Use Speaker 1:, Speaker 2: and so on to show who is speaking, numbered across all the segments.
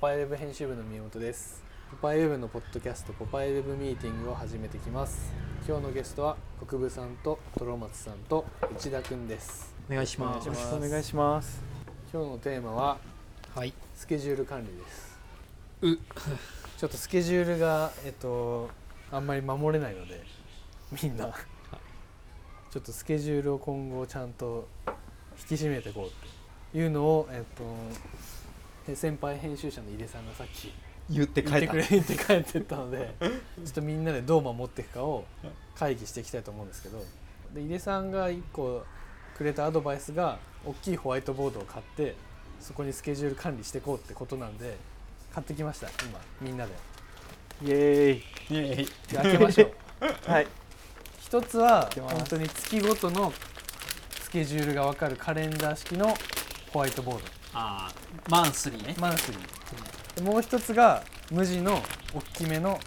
Speaker 1: パイウェブ編集部の宮本ですポパイウェブのポッドキャストポパイウェブミーティングを始めてきます今日のゲストは国分さんとトロマツさんと内田くんです
Speaker 2: お願いし
Speaker 1: お
Speaker 2: ま
Speaker 1: 願いし
Speaker 2: す
Speaker 1: ま
Speaker 3: よろ
Speaker 1: す
Speaker 3: しくお願いします。
Speaker 1: 今日のテーマは
Speaker 2: はい
Speaker 1: スケジュール管理です
Speaker 2: う
Speaker 1: ちょっとスケジュールがえっとあんまり守れないのでみんなちょっとスケジュールを今後ちゃんと引き締めていこうっていうのをえっとえ先輩編集者の井出さんがさっき
Speaker 3: 言って
Speaker 1: 言ってくれって帰ってったの でちょっとみんなでどう守っていくかを会議していきたいと思うんですけどで井出さんが1個くれたアドバイスが大きいホワイトボードを買ってそこにスケジュール管理していこうってことなんで買ってきました今みんなで
Speaker 3: イエーイ。
Speaker 1: で開けましょう
Speaker 3: はい。
Speaker 1: 一つは
Speaker 3: きます
Speaker 1: 本当に月ごとのスケジュールが分かるカレンダー式のホワイトボー
Speaker 2: あーマンスリーね
Speaker 1: ドマンスリーでもう一つが無地の大きめの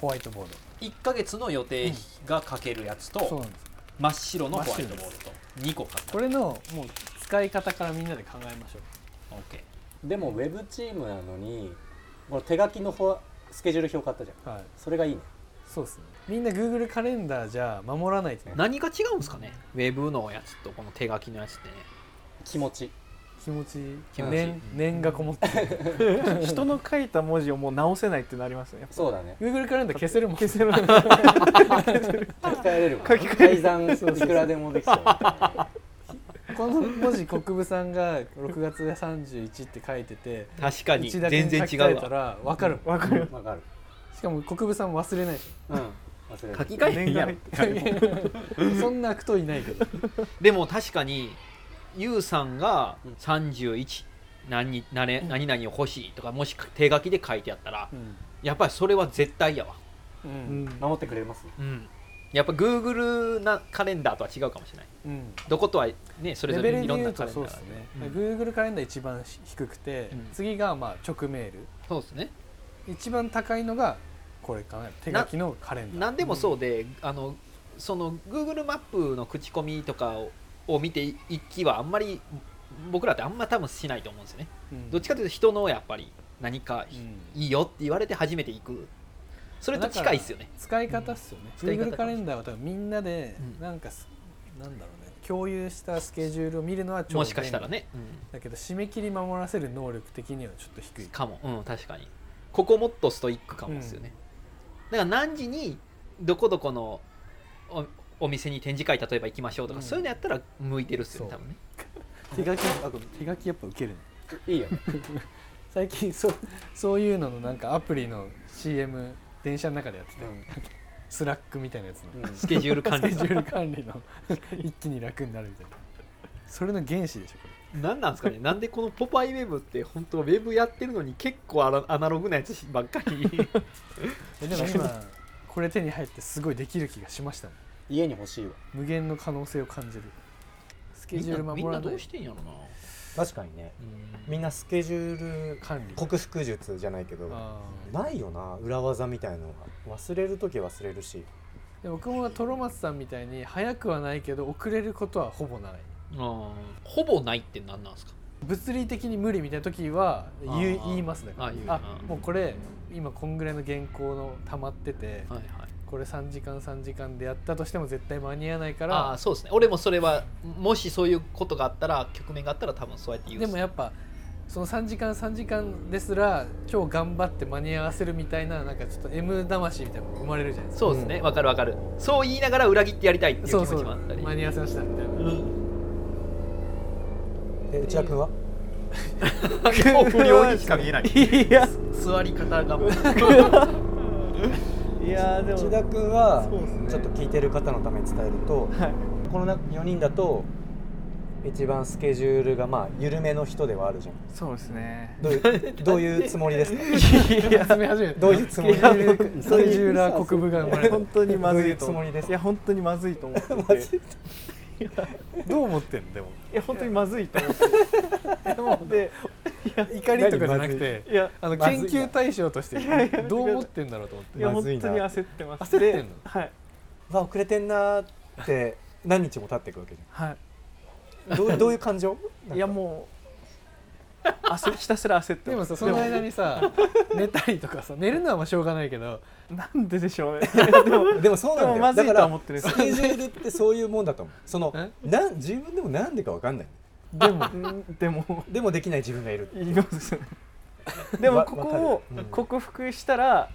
Speaker 1: ホワイトボード
Speaker 2: 1ヶ月の予定が書けるやつ
Speaker 1: そう
Speaker 2: と
Speaker 1: なんです
Speaker 2: 真っ白のホワイトボードと2個買った
Speaker 1: これのもう使い方からみんなで考えましょう
Speaker 2: OK
Speaker 4: でもウェブチームなのにこの手書きのフォアスケジュール表買ったじゃん
Speaker 1: はい
Speaker 4: それがいいね
Speaker 1: そうですねみんな Google カレンダーじゃ守らないと
Speaker 2: 何が違うんですかねウェブのやつとこの手書きのやつってね
Speaker 4: 気持ち
Speaker 1: 気持ち
Speaker 2: 気持ち
Speaker 1: 念念がこもってる
Speaker 3: 人の書いた文字をもう直せないってなりますね。
Speaker 4: そうだね
Speaker 1: Google カレンダー消せるもん
Speaker 3: 消せる。
Speaker 4: 書き換えれるもん
Speaker 3: 書
Speaker 4: ね
Speaker 3: き換え
Speaker 4: 改ざんいくらでもできそう
Speaker 1: この文字国分さんが6月31って書いてて
Speaker 2: 確か
Speaker 1: 1だけ書き換えたら分かるもん
Speaker 3: わかる。
Speaker 4: わかる
Speaker 1: しかも国分さんも忘れないし
Speaker 4: うん忘れ
Speaker 2: 書
Speaker 4: る
Speaker 2: き換えへんやろ
Speaker 3: 年
Speaker 1: そんな悪党いないけど
Speaker 2: でも確かにゆうさんが31何になれ何々を欲しいとかもし手書きで書いてあったら
Speaker 1: うん、
Speaker 2: やっぱりそれは絶対やわ
Speaker 1: う
Speaker 3: うんん。
Speaker 4: 守ってくれます
Speaker 2: うんやっぱ Google なカレンダーとは違うかもしれない
Speaker 1: うん、
Speaker 2: どことはねそれ
Speaker 1: レ
Speaker 2: ぞ
Speaker 1: ベ
Speaker 2: れ
Speaker 1: ル
Speaker 2: い
Speaker 1: で
Speaker 2: ろん
Speaker 1: 言
Speaker 2: な
Speaker 1: う
Speaker 2: カ
Speaker 1: と
Speaker 2: レン
Speaker 1: そ
Speaker 2: ダ
Speaker 1: うです
Speaker 2: ーがある
Speaker 1: ね、
Speaker 2: うん
Speaker 1: Google カレンダー一番低くて、
Speaker 2: うん
Speaker 1: 次がまあ直メール
Speaker 2: そうですね
Speaker 1: 一番高いのがこれかな手書きのカレンダー
Speaker 2: 何でもそうで、あのその Google マップの口コミとかをを見ていきはあんまり僕らってあんま多分しないと思うんですよね、
Speaker 1: うん
Speaker 2: どっちかというと人のやっぱり何か
Speaker 1: うん
Speaker 2: いいよって言われて初めて行くそれと近いですよね
Speaker 1: 使い方っすよね、
Speaker 2: うん使い方
Speaker 1: Google カレンダーは多分みんなで
Speaker 2: うん
Speaker 1: なんかす、なんだろうね共有したスケジュールを見るのは超
Speaker 2: もしかしたら
Speaker 1: 便
Speaker 2: ね、
Speaker 1: 利だけど締め切り守らせる能力的にはちょっと低
Speaker 2: うん
Speaker 1: い
Speaker 2: かも、うん、確かにここもっとストイックかもですよね、だから何時にどこどこのおお店に展示会例えば行きましょうとか、
Speaker 1: うん
Speaker 2: そういうのやったら向いてるっすよね
Speaker 1: そ
Speaker 2: 多
Speaker 1: う
Speaker 2: 分ね
Speaker 1: 手書きあごめん手書きやっぱ受けるね
Speaker 4: いいよね
Speaker 1: 最近 そうそういうののなんかアプリの CM 電車の中でやってて、スラックみたいなやつの、
Speaker 4: うんうん
Speaker 2: スケジュール管
Speaker 1: スケ
Speaker 2: 理
Speaker 1: ジュール管理の一気に楽になるみたいなそれの原始でしょこれ
Speaker 2: なんなんですかねなんでこの「ポパイウェブ」って本当ウェブやってるのに結構アナアナログなやつばっかり
Speaker 1: えでも今これ手に入ってすごいできる気がしましたもん
Speaker 4: 家に欲しいわ
Speaker 1: 無限の可能性を感じるスケ
Speaker 2: み
Speaker 1: ジュー
Speaker 2: ん
Speaker 1: ル
Speaker 2: なみ
Speaker 1: 守
Speaker 2: ん
Speaker 1: ら
Speaker 2: な
Speaker 1: ない
Speaker 2: どうしてんやろな
Speaker 4: 確かにね
Speaker 2: みん
Speaker 4: んなスケジュール
Speaker 1: 管理
Speaker 4: 服術じゃないけど
Speaker 1: あー
Speaker 4: ないよな裏技みたいのが忘れる時忘れるし
Speaker 1: でも僕もトロマツさんみたいに早くはないけど遅れることはほぼない
Speaker 2: あーほぼないって何なんですか
Speaker 1: 物理的に無理みたいな時は言う
Speaker 2: あー
Speaker 1: 言いますね
Speaker 2: あ言うな
Speaker 1: あもうこれ今こんぐらいの原稿の溜まってて
Speaker 2: はいはい
Speaker 1: これ3時間3時間でやったとしても絶対間に合わないか
Speaker 2: ああ
Speaker 1: ら
Speaker 2: ーそうですね俺もそれはもしそういうことがあったら局面があったら多分そうやって言う
Speaker 1: でもやっぱその3時間3時間ですら今日頑張って間に合わせるみたいななんかちょっと M 魂みたいなのが生まれるじゃないですか
Speaker 2: そうですねわ、かるわかるそう言いながら裏切ってやりたいっていう気
Speaker 1: そ
Speaker 2: 持
Speaker 1: うそ
Speaker 2: ち
Speaker 1: う
Speaker 2: もあったり
Speaker 1: 間に合わせましたみたいな
Speaker 4: え内田君は
Speaker 2: もう不良にしか見えない
Speaker 3: いや、
Speaker 2: 座り方がもう
Speaker 3: いやでも。
Speaker 4: 内田君は
Speaker 3: そうっすね
Speaker 4: ちょっと聞いてる方のために伝えると
Speaker 3: はい。
Speaker 4: このな4人だと一番スケジュールがまあ緩めの人ではあるじゃん
Speaker 3: そうですね。
Speaker 4: どう いうどういうつもりですか
Speaker 1: いや集め始めた
Speaker 4: どういうつもり
Speaker 1: スケジュールスケジューラー国分が生まれた
Speaker 3: 本当にまず
Speaker 4: ど
Speaker 3: いと
Speaker 4: ういうつも
Speaker 3: 思
Speaker 4: り
Speaker 3: って
Speaker 4: です
Speaker 3: いや本当にまずいと思っててい
Speaker 1: どう思ってんのでも
Speaker 3: や本当にまずいと思ってて
Speaker 1: 怒りとかじゃなくて
Speaker 3: でいや
Speaker 1: あの
Speaker 4: まずい
Speaker 1: 研
Speaker 4: な
Speaker 1: 究対象として
Speaker 3: や
Speaker 1: どう思ってんだろうと思っ
Speaker 3: い
Speaker 1: て
Speaker 3: や
Speaker 4: ま
Speaker 3: 本当
Speaker 4: ずい
Speaker 3: に
Speaker 4: な
Speaker 3: 焦ってます
Speaker 1: 焦ってんの
Speaker 3: ではい
Speaker 4: わ遅れてんなーって 何日も経っていくわけじ
Speaker 3: は
Speaker 4: ゃんどうどういう感情
Speaker 3: いいや
Speaker 4: う
Speaker 3: も焦 ひたすら焦って
Speaker 1: でも
Speaker 3: ます
Speaker 1: さその間に さ寝たりとかさ寝るのはまあしょうがないけど
Speaker 3: でもなんででしょうねでも
Speaker 4: でもそうなんだよ
Speaker 3: でもまずいとは思って
Speaker 4: だ
Speaker 3: る
Speaker 4: からスケジュールってそういうもんだと思うその
Speaker 1: え
Speaker 4: なん自分でもなんでかわかんない
Speaker 3: でもうんでも
Speaker 4: でもできない自分がいる
Speaker 3: いいことですよねでも
Speaker 4: わ
Speaker 3: ここを
Speaker 4: わかるうん
Speaker 3: 克服したら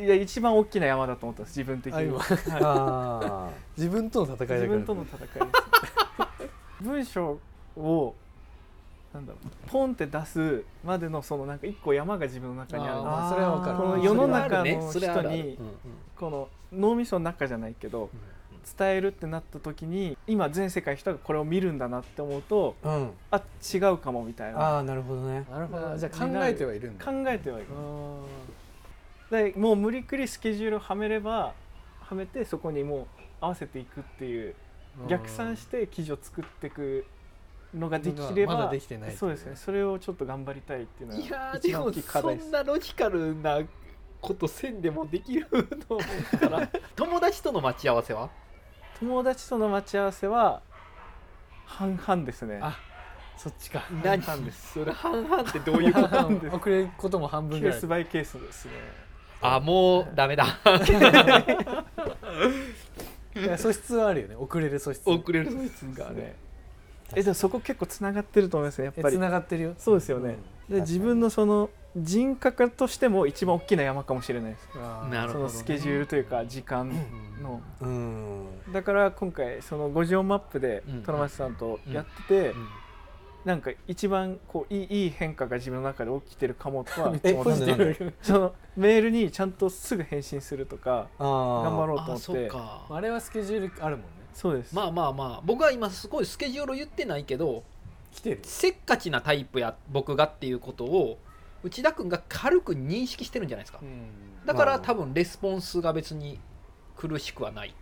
Speaker 3: いや一番大きな山だと思ったんです自分的
Speaker 1: あ
Speaker 3: に
Speaker 1: 今
Speaker 3: はい
Speaker 4: あ
Speaker 1: 自分との戦いだから
Speaker 3: 自分との戦いですね文章をなんだろうポンって出すまでのそのなんか一個山が自分の中にある
Speaker 1: あー
Speaker 3: の
Speaker 1: まあそれはわかる
Speaker 3: この
Speaker 4: あー
Speaker 3: 世の
Speaker 2: そ
Speaker 3: 中
Speaker 2: れはある
Speaker 3: の
Speaker 2: ね
Speaker 3: 人
Speaker 2: それはあるあるう
Speaker 3: に
Speaker 2: んうん
Speaker 3: この脳みその中じゃないけど伝えるってなった時に今全世界の人がこれを見るんだなって思うと
Speaker 4: あ、うん、
Speaker 3: あ違うかもみたいな
Speaker 4: ああなるほどね
Speaker 1: なるほどじゃあ考えてはいるんだ
Speaker 3: 考えてはいる
Speaker 1: あー
Speaker 3: でもう無理くりスケジュールをはめればはめてそこにもう合わせていくっていう逆算して記事を作っていくのができれば
Speaker 1: まだできてない
Speaker 3: そうですねそれをちょっと頑張りたいっていうの
Speaker 2: いや
Speaker 3: は
Speaker 2: ーで
Speaker 3: 一番
Speaker 2: も
Speaker 3: 大きい課
Speaker 2: そ
Speaker 3: 題です
Speaker 2: んなロジカルなことせんでもできると思うから友達との待ち合わせは
Speaker 3: 友達との待ち合わせは半々ですね
Speaker 1: あそっちか
Speaker 2: 何
Speaker 3: 半々で
Speaker 2: それ半々ってどういうこと
Speaker 3: 半々です
Speaker 1: 遅れることも半
Speaker 3: ケ
Speaker 1: 分ぐら
Speaker 3: ー
Speaker 1: い
Speaker 3: スバイケースですね
Speaker 2: あもうダメだ
Speaker 1: いや素質はあるよね遅れる素質
Speaker 2: 遅れるそいつがね
Speaker 3: えでもそこ結構つながってると思いますねやっ
Speaker 1: え
Speaker 3: ぱり
Speaker 1: 繋がってるよ
Speaker 3: そうですよね、で
Speaker 4: 確かに
Speaker 3: 自分のその人格としても一番大きな山かもしれないです
Speaker 1: あー
Speaker 2: なるほ
Speaker 3: そ
Speaker 2: どね
Speaker 3: のスケジュールというか時間
Speaker 2: うん
Speaker 3: の
Speaker 4: うん
Speaker 3: だから今回その五条マップで
Speaker 2: うん
Speaker 3: トラマスさんとやってて
Speaker 2: うん
Speaker 3: なんか一番こういいいい変化が自分の中で起きてるかも とは
Speaker 4: え
Speaker 3: 思
Speaker 4: ポ
Speaker 3: っ
Speaker 4: ジ
Speaker 3: て
Speaker 4: ティブ
Speaker 3: そのメールにちゃんとすぐ返信するとか
Speaker 4: ああ
Speaker 3: 頑張ろうと思
Speaker 2: あ
Speaker 3: って
Speaker 2: そう
Speaker 3: そう
Speaker 2: か
Speaker 1: あれはスケジュールあるもんね
Speaker 3: です、
Speaker 2: まあまあまあ僕は今すごいスケジュール言ってないけど
Speaker 1: 来てる
Speaker 2: せっかちなタイプや僕がっていうことを内田君が軽く認識してるんじゃないですか
Speaker 1: うん
Speaker 2: だから
Speaker 4: まあ
Speaker 2: 多分レスポンスが別に苦しくはない、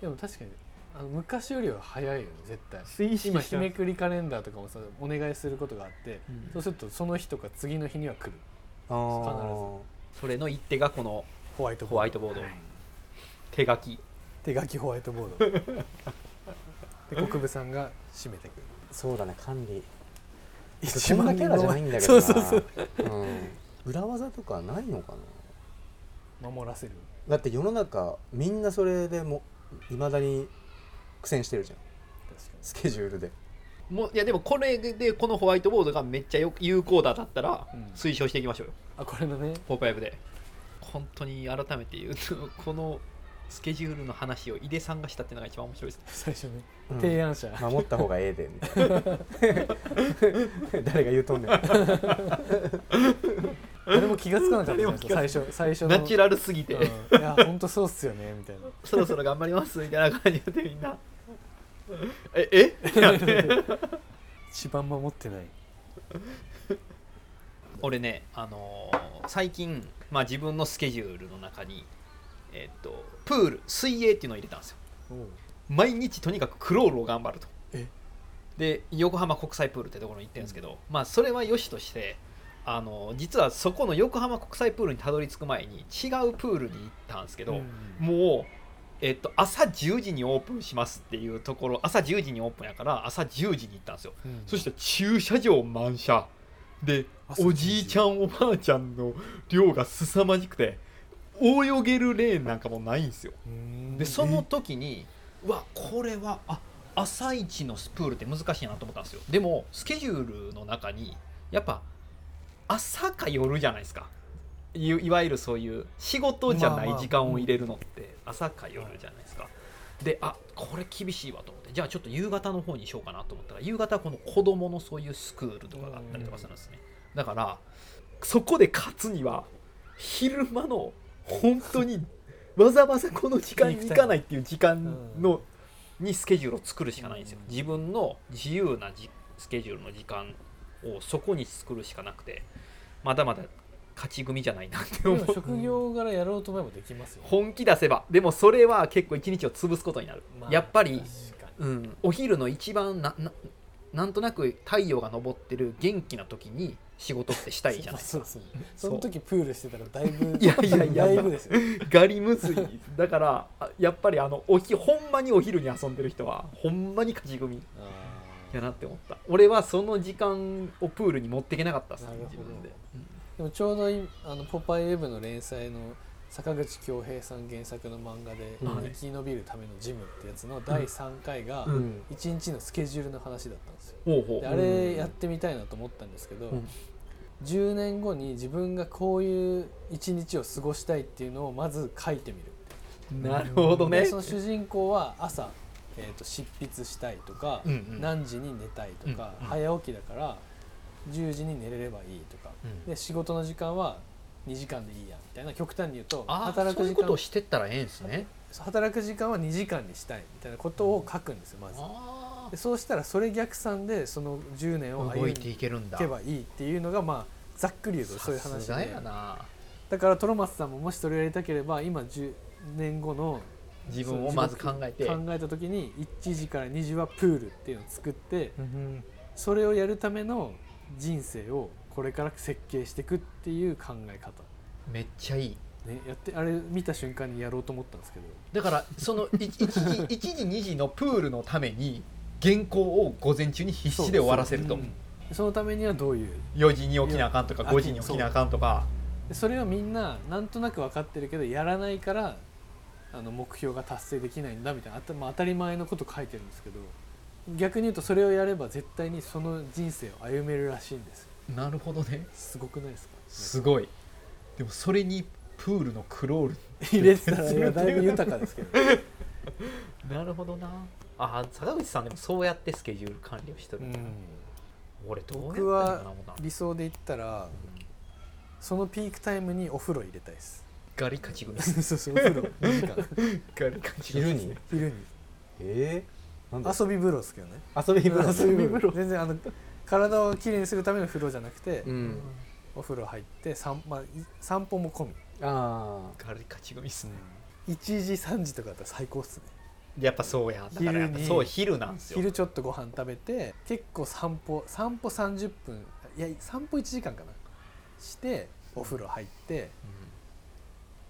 Speaker 1: でも確かにあの昔よりは早いよね絶対
Speaker 3: 意識
Speaker 1: 今
Speaker 3: し
Speaker 1: 日
Speaker 3: てま
Speaker 1: め
Speaker 3: す
Speaker 1: くりカレンダーとかもさお願いすることがあってそうするとその日とか次の日には来る
Speaker 4: あ
Speaker 2: それの一手がこの
Speaker 1: ホワイトボード
Speaker 2: ホワイトボード手書き
Speaker 1: 手書きホワイトボー ドで国分さんが締めてくる
Speaker 4: 必ずそうだね管理
Speaker 1: 一
Speaker 4: こんなキャラじゃないんだけど
Speaker 1: そう
Speaker 4: な
Speaker 1: そうそう
Speaker 4: うん、裏技とかないのかな
Speaker 1: 守らせる
Speaker 4: だって世の中みんなそれでもいまだに苦戦してるじゃん
Speaker 1: 確か
Speaker 4: スケジュールで
Speaker 2: もういやでもこれでこのホワイトボードがめっちゃよ有効だだったら
Speaker 1: うん
Speaker 2: 推奨していきましょうよ、
Speaker 1: にあこれのね
Speaker 2: ポーパイブで本当に改めて言うとこのスケジュールの話を井出さんがしたっていうのが一番面白いですね
Speaker 1: 最初ね
Speaker 4: うん
Speaker 1: 提案者、
Speaker 4: 守った方がええでみたいな誰が言うとんねん
Speaker 1: 誰も気がつかなかったじゃないですか
Speaker 2: 誰
Speaker 1: 最初最初の
Speaker 2: ナチュラルすぎて、
Speaker 1: うんいや本当そうっすよねみたいな
Speaker 2: そろそろ頑張りますみたいな感じでみ んなええってなって
Speaker 1: 一番守ってない
Speaker 2: 俺ね、あのー最近、まあ、自分のスケジュールの中に、えっとプール水泳っていうのを入れたんですよ毎日とにかくクロールを頑張ると
Speaker 1: え
Speaker 2: で横浜国際プールってところに行ってるんですけど、まあそれは良しとしてあのー実はそこの横浜国際プールにたどり着く前に違うプールに行ったんですけど、もう、えっと、朝10時にオープンしますっていうところ朝10時にオープンやから朝10時に行ったんですよそして駐車場満車で
Speaker 1: 朝10時
Speaker 2: おじいちゃんおばあちゃんの量が凄まじくて泳げるレーンなんかもないんですよ
Speaker 1: うん
Speaker 2: でその時にうわこれはあ朝一のスプールって難しいなと思ったんですよでもスケジュールの中にやっぱ朝か夜じゃないですかいいわゆるそういう仕事じゃな
Speaker 1: まあ
Speaker 2: い
Speaker 1: まあ
Speaker 2: 時間を入れるのって朝か夜じゃないですか、であこれ厳しいわと思ってじゃあちょっと夕方の方にしようかなと思ったら夕方はこの子どものそういうスクールとかがあったりとかするんですねだからそこで勝つには昼間の本当にわざわざこの時間に行かないっていう時間のにスケジュールを作るしかないんですよ自分の自由なじスケジュールの時間をそこに作るしかなくてまだまだ勝ち組じゃないなって
Speaker 1: で
Speaker 2: 思
Speaker 1: も
Speaker 2: う
Speaker 1: 職業柄やろうと思えばできますよ
Speaker 2: 本気出せばでもそれは結構一日を潰すことになる、
Speaker 1: まあ
Speaker 2: やっぱり、
Speaker 1: 確かに
Speaker 2: うん、お昼の一番なななんとなく太陽が昇ってる元気な時に仕事ってしたいじゃないですか
Speaker 1: そうそうそうその時プールしてたらだいぶ
Speaker 2: いやいやいや
Speaker 1: だいぶですよ
Speaker 2: ガリむずいですだからあやっぱりあのおひほんまにお昼に遊んでる人はほんまに勝ち組やなって思った俺はその時間をプールに持っていけなかったっすね
Speaker 1: なるほど
Speaker 2: 自分で、うん
Speaker 1: でもちょうどいあの「ポパイウェブ」の連載の坂口恭平さん原作の漫画で「
Speaker 2: はい
Speaker 1: 生き延びるためのジム」ってやつの第3回が
Speaker 4: うん
Speaker 1: 1日のスケジュールの話だったんですよ。
Speaker 2: ほうほ
Speaker 1: で
Speaker 2: う
Speaker 1: あれやってみたいなと思ったんですけど、
Speaker 4: うん
Speaker 1: 10年後に自分がこういう一日を過ごしたいっていうのをまず書いてみる。
Speaker 2: なるほどね
Speaker 1: でその主人公は朝、えー、と執筆したいとか、
Speaker 2: うんうん
Speaker 1: 何時に寝たいとか、
Speaker 2: うんうん
Speaker 1: 早起きだから10時に寝れればいいとか、
Speaker 2: うん
Speaker 1: で仕事の時間は2時間でいいやみたいな極端に言うと
Speaker 2: ああ
Speaker 1: 働
Speaker 2: そう
Speaker 1: く
Speaker 2: いう
Speaker 1: 時
Speaker 2: ことを
Speaker 1: 間
Speaker 2: してったらええんすね
Speaker 1: 働く時間は2時間にしたいみたいなことを書くんですよまず。
Speaker 2: あ
Speaker 1: でそうしたらそれ逆算でその10年を
Speaker 2: あ
Speaker 1: 歩
Speaker 2: 動い
Speaker 1: い
Speaker 2: て
Speaker 1: てい
Speaker 2: いけるんだ
Speaker 1: けばいいっていうのがまあざっくり言うとそういう
Speaker 2: さ
Speaker 1: 話
Speaker 2: すが
Speaker 1: で
Speaker 2: やな
Speaker 1: だからトロマスさんももしそれをやりたければ今10年後の
Speaker 2: 自分をまず考えて
Speaker 1: 考えた時に1時から2時はプールっていうのを作って
Speaker 4: うん
Speaker 1: それをやるための人生をこれから設計していくっていう考え方、
Speaker 2: めっちゃいい
Speaker 1: ね、やってあれ見た瞬間にやろうと思ったんですけど
Speaker 2: だからその1時 ,1 時2時のプールのために原稿を午前中に必死で終わらせると
Speaker 1: そううんそのためにはどういう
Speaker 2: 4時に起きなあかんとか
Speaker 1: いや
Speaker 2: 5時に起きなあかんとか
Speaker 1: でそれをみんななんとなく分かってるけどやらないからあの目標が達成できないんだみたいなあた、まあ、当たり前のこと書いてるんですけど逆に言うとそれをやれば絶対にその人生を歩めるらしいんですよ
Speaker 2: なるほどね
Speaker 1: すごくないですか
Speaker 2: すごいでもそれにプールのクロール
Speaker 1: 入れてたらいやだいぶ豊かですけど
Speaker 2: なるほどなあー坂口さんでもそうやってスケジュール管理をしてる、俺どうやってん
Speaker 1: 僕
Speaker 2: のかな
Speaker 1: は
Speaker 2: もんな
Speaker 1: 理想で言ったらそのピークタイムにお風呂入れたいです
Speaker 2: ガリ勝ち組です
Speaker 1: そうそうお風呂2時間
Speaker 2: ガリ勝ち組
Speaker 4: 昼に
Speaker 1: 昼に
Speaker 4: ええなんだ
Speaker 1: 遊び風呂ですけどね
Speaker 4: 遊び風呂
Speaker 1: 遊び風呂全然あの体をきれいにするための風呂じゃなくて、
Speaker 4: うん
Speaker 1: お風呂入って散,、まあ、い散歩も込み、
Speaker 4: ああ
Speaker 2: ガリ勝ち組っすね
Speaker 1: 1時3時とかだったら最高っすね
Speaker 2: やっぱそうやだからやっぱ
Speaker 1: 昼に
Speaker 2: そう昼なんですよ
Speaker 1: 昼ちょっとご飯食べて結構散歩散歩30分いや散歩1時間かなしてお風呂入って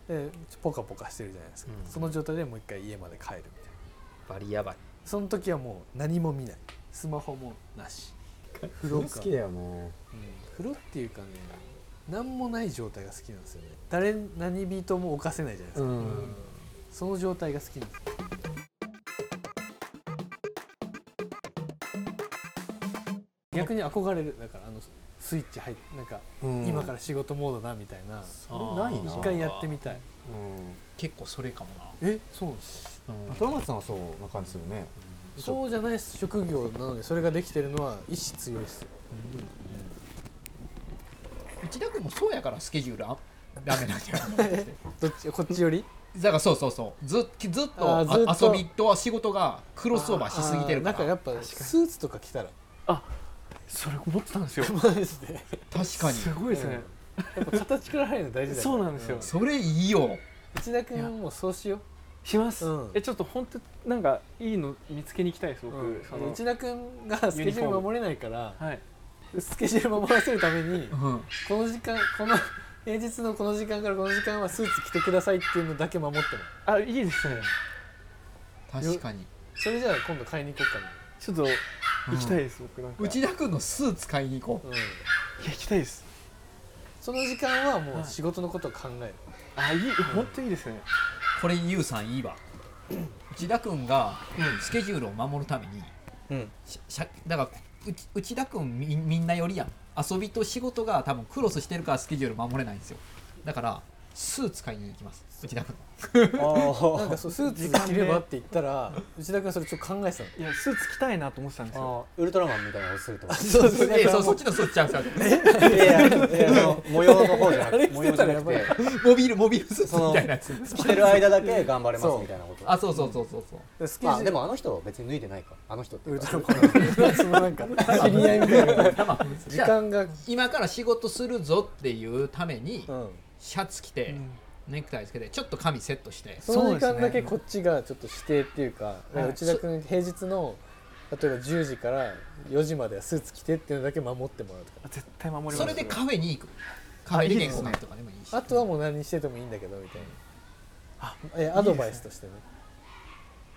Speaker 1: でポカポカしてるじゃないですか、
Speaker 2: うん
Speaker 1: その状態でもう一回家まで帰るみたいな
Speaker 2: バリやばい
Speaker 1: その時はもう何も見ないスマホもなし風呂
Speaker 4: 好
Speaker 1: か、
Speaker 4: きだよ
Speaker 1: う
Speaker 4: ね
Speaker 1: ん風呂っていうかね何もない状態が好きなんですよね誰何人も犯せないじゃないですか、
Speaker 4: うん
Speaker 1: その状態が好きなんです逆に憧れるだからあのスイッチ入ってなんか今からら仕事モードだみたいな
Speaker 4: れないな
Speaker 1: 一回やってみたい
Speaker 2: 結構それかも
Speaker 1: えそうなんですか
Speaker 2: な、うん
Speaker 4: トロマツさんはそうな感じするね
Speaker 1: そうじゃない職業なのでそれができてるのは意志強いですよ
Speaker 2: 内田君もそうやからスケジュー ルあダメなんじゃない
Speaker 1: どっちこっちより
Speaker 2: だからそうそうそうずっずっと
Speaker 1: あーずっ
Speaker 2: あ
Speaker 1: と
Speaker 2: 遊びと仕事がクロスオーバーしすぎてるか
Speaker 1: あーな
Speaker 2: ら
Speaker 1: んかやっぱスーツとか着たら
Speaker 3: それ思ってたんですよ
Speaker 1: マジで
Speaker 2: 確かに
Speaker 3: すごいですね、
Speaker 1: やっぱ形から入るの大事だよ
Speaker 3: そうなんですよ
Speaker 2: それいいよ
Speaker 1: 内田君もそうしよ
Speaker 3: します、
Speaker 1: うん
Speaker 3: えちょっと本当なんかいいの見つけに行きたいです
Speaker 1: う、
Speaker 3: 僕、
Speaker 1: うん
Speaker 3: その
Speaker 1: 内田君がスケジュール守れないから
Speaker 3: はい
Speaker 1: スケジュール守らせるために
Speaker 2: うん
Speaker 1: この時間この平日のこの時間からこの時間はスーツ着てくださいっていうのだけ守っても
Speaker 3: あいいですね
Speaker 2: 確かに
Speaker 1: それじゃあ今度買いに行こう
Speaker 3: ちょっと行きたいです、僕なんか
Speaker 2: 内田君のスーツ買いに行こ
Speaker 1: かな、うん、
Speaker 3: いや行きたいです
Speaker 1: その時間はもう仕事のことを考える、
Speaker 3: あいい本当いいですね
Speaker 2: うこれユウさんいい わ内田君がスケジュールを守るために、
Speaker 1: うん
Speaker 2: ししゃだからうち内田君みみんなよりやん遊びと仕事が多分クロスしてるからスケジュール守れないんですよだからスーツ買いに行きます内田君
Speaker 1: なんかそうスーツ着ればって言ったら内田君それちょっと考えてたの
Speaker 3: いやスーツ着たいなと思ってたんですよ
Speaker 4: あウルトラマンみたいなのをするとか
Speaker 1: そう
Speaker 2: いやいやそそっちのスーツちゃうちゃう
Speaker 4: いやいやいやその模様の方じゃな
Speaker 1: あれ
Speaker 4: く
Speaker 1: 着
Speaker 4: て
Speaker 1: てたら
Speaker 4: 模様じゃなく
Speaker 1: や
Speaker 4: て
Speaker 2: モビルモビルスーツみたいなやつ
Speaker 4: 着てる間だけ頑張れますみたいなこと
Speaker 2: あそうそうそうそうそう
Speaker 1: スケジュ
Speaker 4: ま
Speaker 1: ー
Speaker 4: あ
Speaker 1: ル
Speaker 4: でもあの人は別に脱いでないかあの人って
Speaker 1: ウ
Speaker 4: い
Speaker 1: ル
Speaker 4: う
Speaker 1: ト
Speaker 4: か
Speaker 1: ラマン そのなんか知り合いみたいな
Speaker 2: まあ
Speaker 1: 時
Speaker 2: じゃあ
Speaker 1: 間が
Speaker 2: 今から仕事するぞっていうために
Speaker 1: うん
Speaker 2: シャツ着て、ネクタイつけてちょっと髪セットして
Speaker 1: その
Speaker 3: そ
Speaker 1: 時
Speaker 3: うですね
Speaker 1: 間だけこっちがちょっと指定っていうか、だから
Speaker 3: はい
Speaker 1: 内田君平日の例えば10時から4時まではスーツ着てっていうのだけ守ってもらうとか
Speaker 3: あ絶対守ります
Speaker 2: それでカフェに行くカフェで原稿書くとかでもいいし
Speaker 1: あとはもう何しててもいいんだけどみたいなあえアドバイスとしてね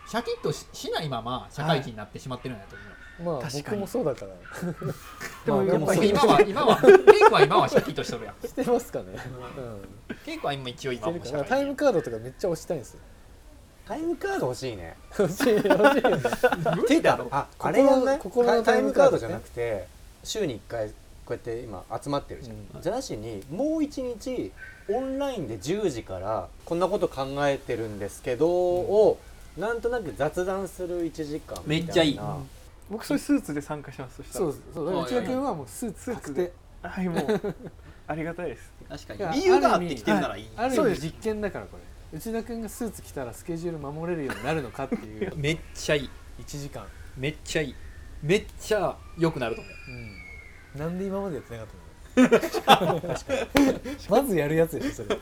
Speaker 2: シャキッとししないまま社会人になってしまってるんだと思う、
Speaker 1: まあ
Speaker 3: 確か
Speaker 1: 僕
Speaker 3: に
Speaker 1: もそうだから
Speaker 3: でも
Speaker 1: まあ
Speaker 3: やっぱ
Speaker 1: でも
Speaker 3: り
Speaker 2: 今 は今は稽古は今はシャキッとしとるやん
Speaker 1: してますかねうん
Speaker 2: 稽古は今一応
Speaker 1: い
Speaker 2: 今
Speaker 1: け
Speaker 2: も
Speaker 1: るか
Speaker 2: 社
Speaker 1: な
Speaker 2: 会
Speaker 1: タイム
Speaker 2: 人
Speaker 1: カードとかめっちゃ押したいん ですよ
Speaker 4: タイムカード欲しいね
Speaker 1: 欲しい欲しいよね
Speaker 2: 無理だろ
Speaker 4: あ
Speaker 1: 心
Speaker 4: あれやんない
Speaker 1: 心の
Speaker 4: タ
Speaker 1: タ
Speaker 4: イ
Speaker 1: イ
Speaker 4: ム
Speaker 1: ム
Speaker 4: カ
Speaker 1: カ
Speaker 4: ー
Speaker 1: ー
Speaker 4: ド
Speaker 1: ド
Speaker 4: じ
Speaker 1: じ
Speaker 4: ゃ
Speaker 1: ゃ
Speaker 4: な
Speaker 1: な
Speaker 4: く
Speaker 1: く
Speaker 4: て週に1回こうやって今集まってるじゃん、
Speaker 1: うん
Speaker 4: じゃなしにもう1日オンラインで10時からこんなこと考えてるんですけどをなんとなく雑談する1時間みたいな
Speaker 5: めっちゃいい
Speaker 3: 僕そういうスーツで参加しますそしたら
Speaker 1: そうそうだから内田君はもうスーツ確定
Speaker 3: はいも うありがたいです
Speaker 5: 確か
Speaker 1: いや
Speaker 5: に理由があってきてるならいい
Speaker 1: ある
Speaker 3: そう
Speaker 1: 意
Speaker 3: で
Speaker 1: 味
Speaker 3: す
Speaker 1: 実験だからこれ内田君がスーツ着たらスケジュール守れるようになるのかっていう
Speaker 2: めっちゃいい
Speaker 1: 1時間、
Speaker 2: めっちゃいいめっちゃ良くなると思う
Speaker 1: うん、なんで今 までやってなかったのまずやるやつでしょそれ